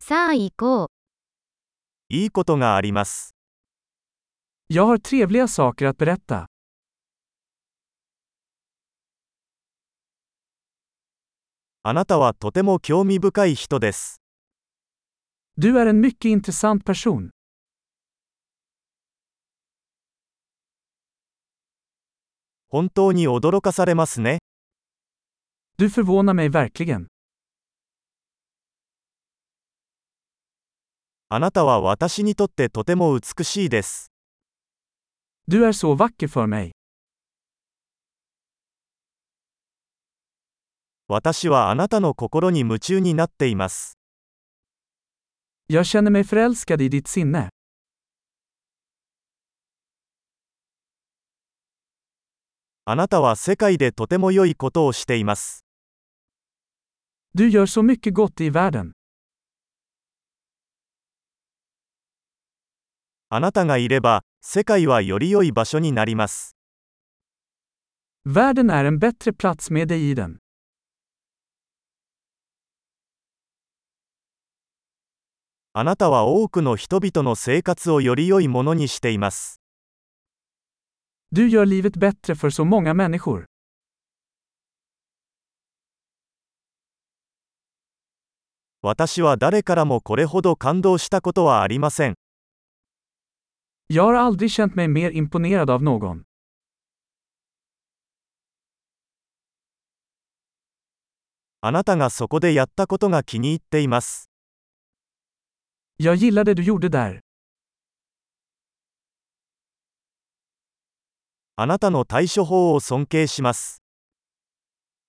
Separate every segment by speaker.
Speaker 1: さあ行こう。
Speaker 2: いいことがあります。
Speaker 3: Jag har trevliga saker att berätta.
Speaker 2: あなたはとても興味深い人です。
Speaker 3: Du är en mycket intressant person.
Speaker 2: 本当に驚かされますね。
Speaker 3: Du förvånar mig verkligen.
Speaker 2: あなたは私にとってとても美しいです。
Speaker 3: Du är så vacker för mig.
Speaker 2: 私はあなたの心に夢中になっています。
Speaker 3: Jag känner mig förälskad i ditt sinne.
Speaker 2: あなたは世界でとても良いことをしています。
Speaker 3: Du gör så mycket gott i världen.
Speaker 2: あなたがいれば、世界はより良い場所になります。
Speaker 3: Världen är en bättre plats med dig i den.
Speaker 2: あなたは多くの人々の生活をより良いものにしています。
Speaker 3: Du gör livet bättre för så många människor.
Speaker 2: 私は誰からもこれほど感動したことはありません。
Speaker 3: Jag har aldrig känt mig mer imponerad av någon.
Speaker 2: あなたがそこでやったことが気に入っています。
Speaker 3: Jag gillar det du gjorde där.
Speaker 2: あなたの対処法を尊敬します。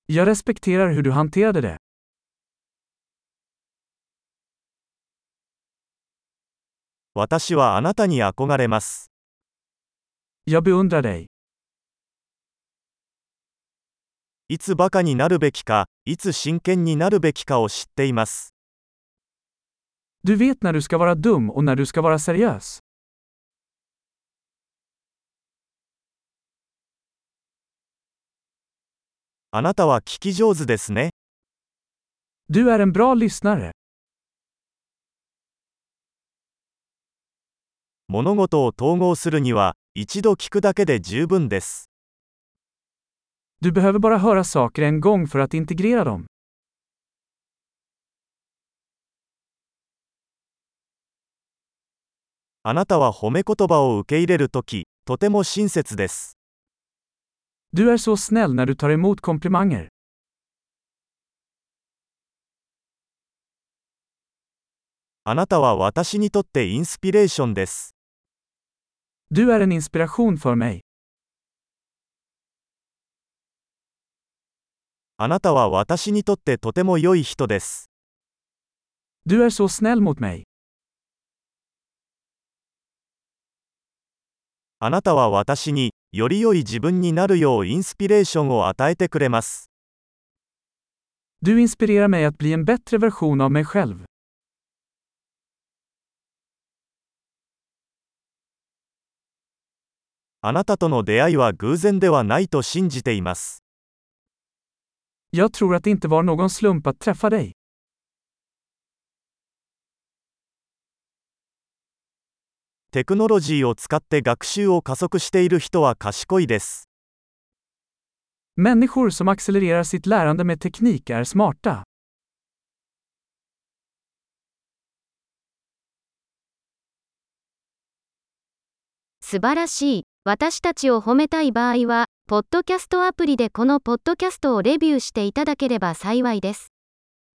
Speaker 3: Jag respekterar hur du hanterade det.
Speaker 2: 私はあなたに憧れます。
Speaker 3: Jag beundrar dig.
Speaker 2: いつバカになるべきか、いつ真剣になるべきかを知っています。
Speaker 3: Du vet när du ska vara dum och när du ska vara seriös.
Speaker 2: あなたは聞き上手ですね。
Speaker 3: Du är en bra lyssnare.
Speaker 2: 物事を統合するには、一度聞くだけで十分です。
Speaker 3: Du behöver bara höra saker en gång för att integrera dem.
Speaker 2: あなたは褒め言葉を受け入れるとき、とても親切です。
Speaker 3: Du är så snäll när du tar emot komplimanger.
Speaker 2: あなたは私にとってインスピレーションです。
Speaker 3: Du är en inspiration för mig.
Speaker 2: あなたは私にとってとても良い人です。
Speaker 3: Du är så snäll mot mig.
Speaker 2: あなたは私に、より良い自分になるようインスピレーションを与えてくれます。
Speaker 3: Du inspirerar mig att bli en bättre version av mig själv.
Speaker 2: あなたとの出会いは偶然ではないと信じています。
Speaker 3: Jag tror att det inte var någon slump att träffa dig.
Speaker 2: テクノロジーを使って学習を加速している人は賢いです。
Speaker 3: Människor som accelererar sitt lärande med teknik är smarta.
Speaker 1: 素晴らしい。私たちを褒めたい場合は、ポッドキャストアプリでこのポッドキャストをレビューしていただければ幸いです。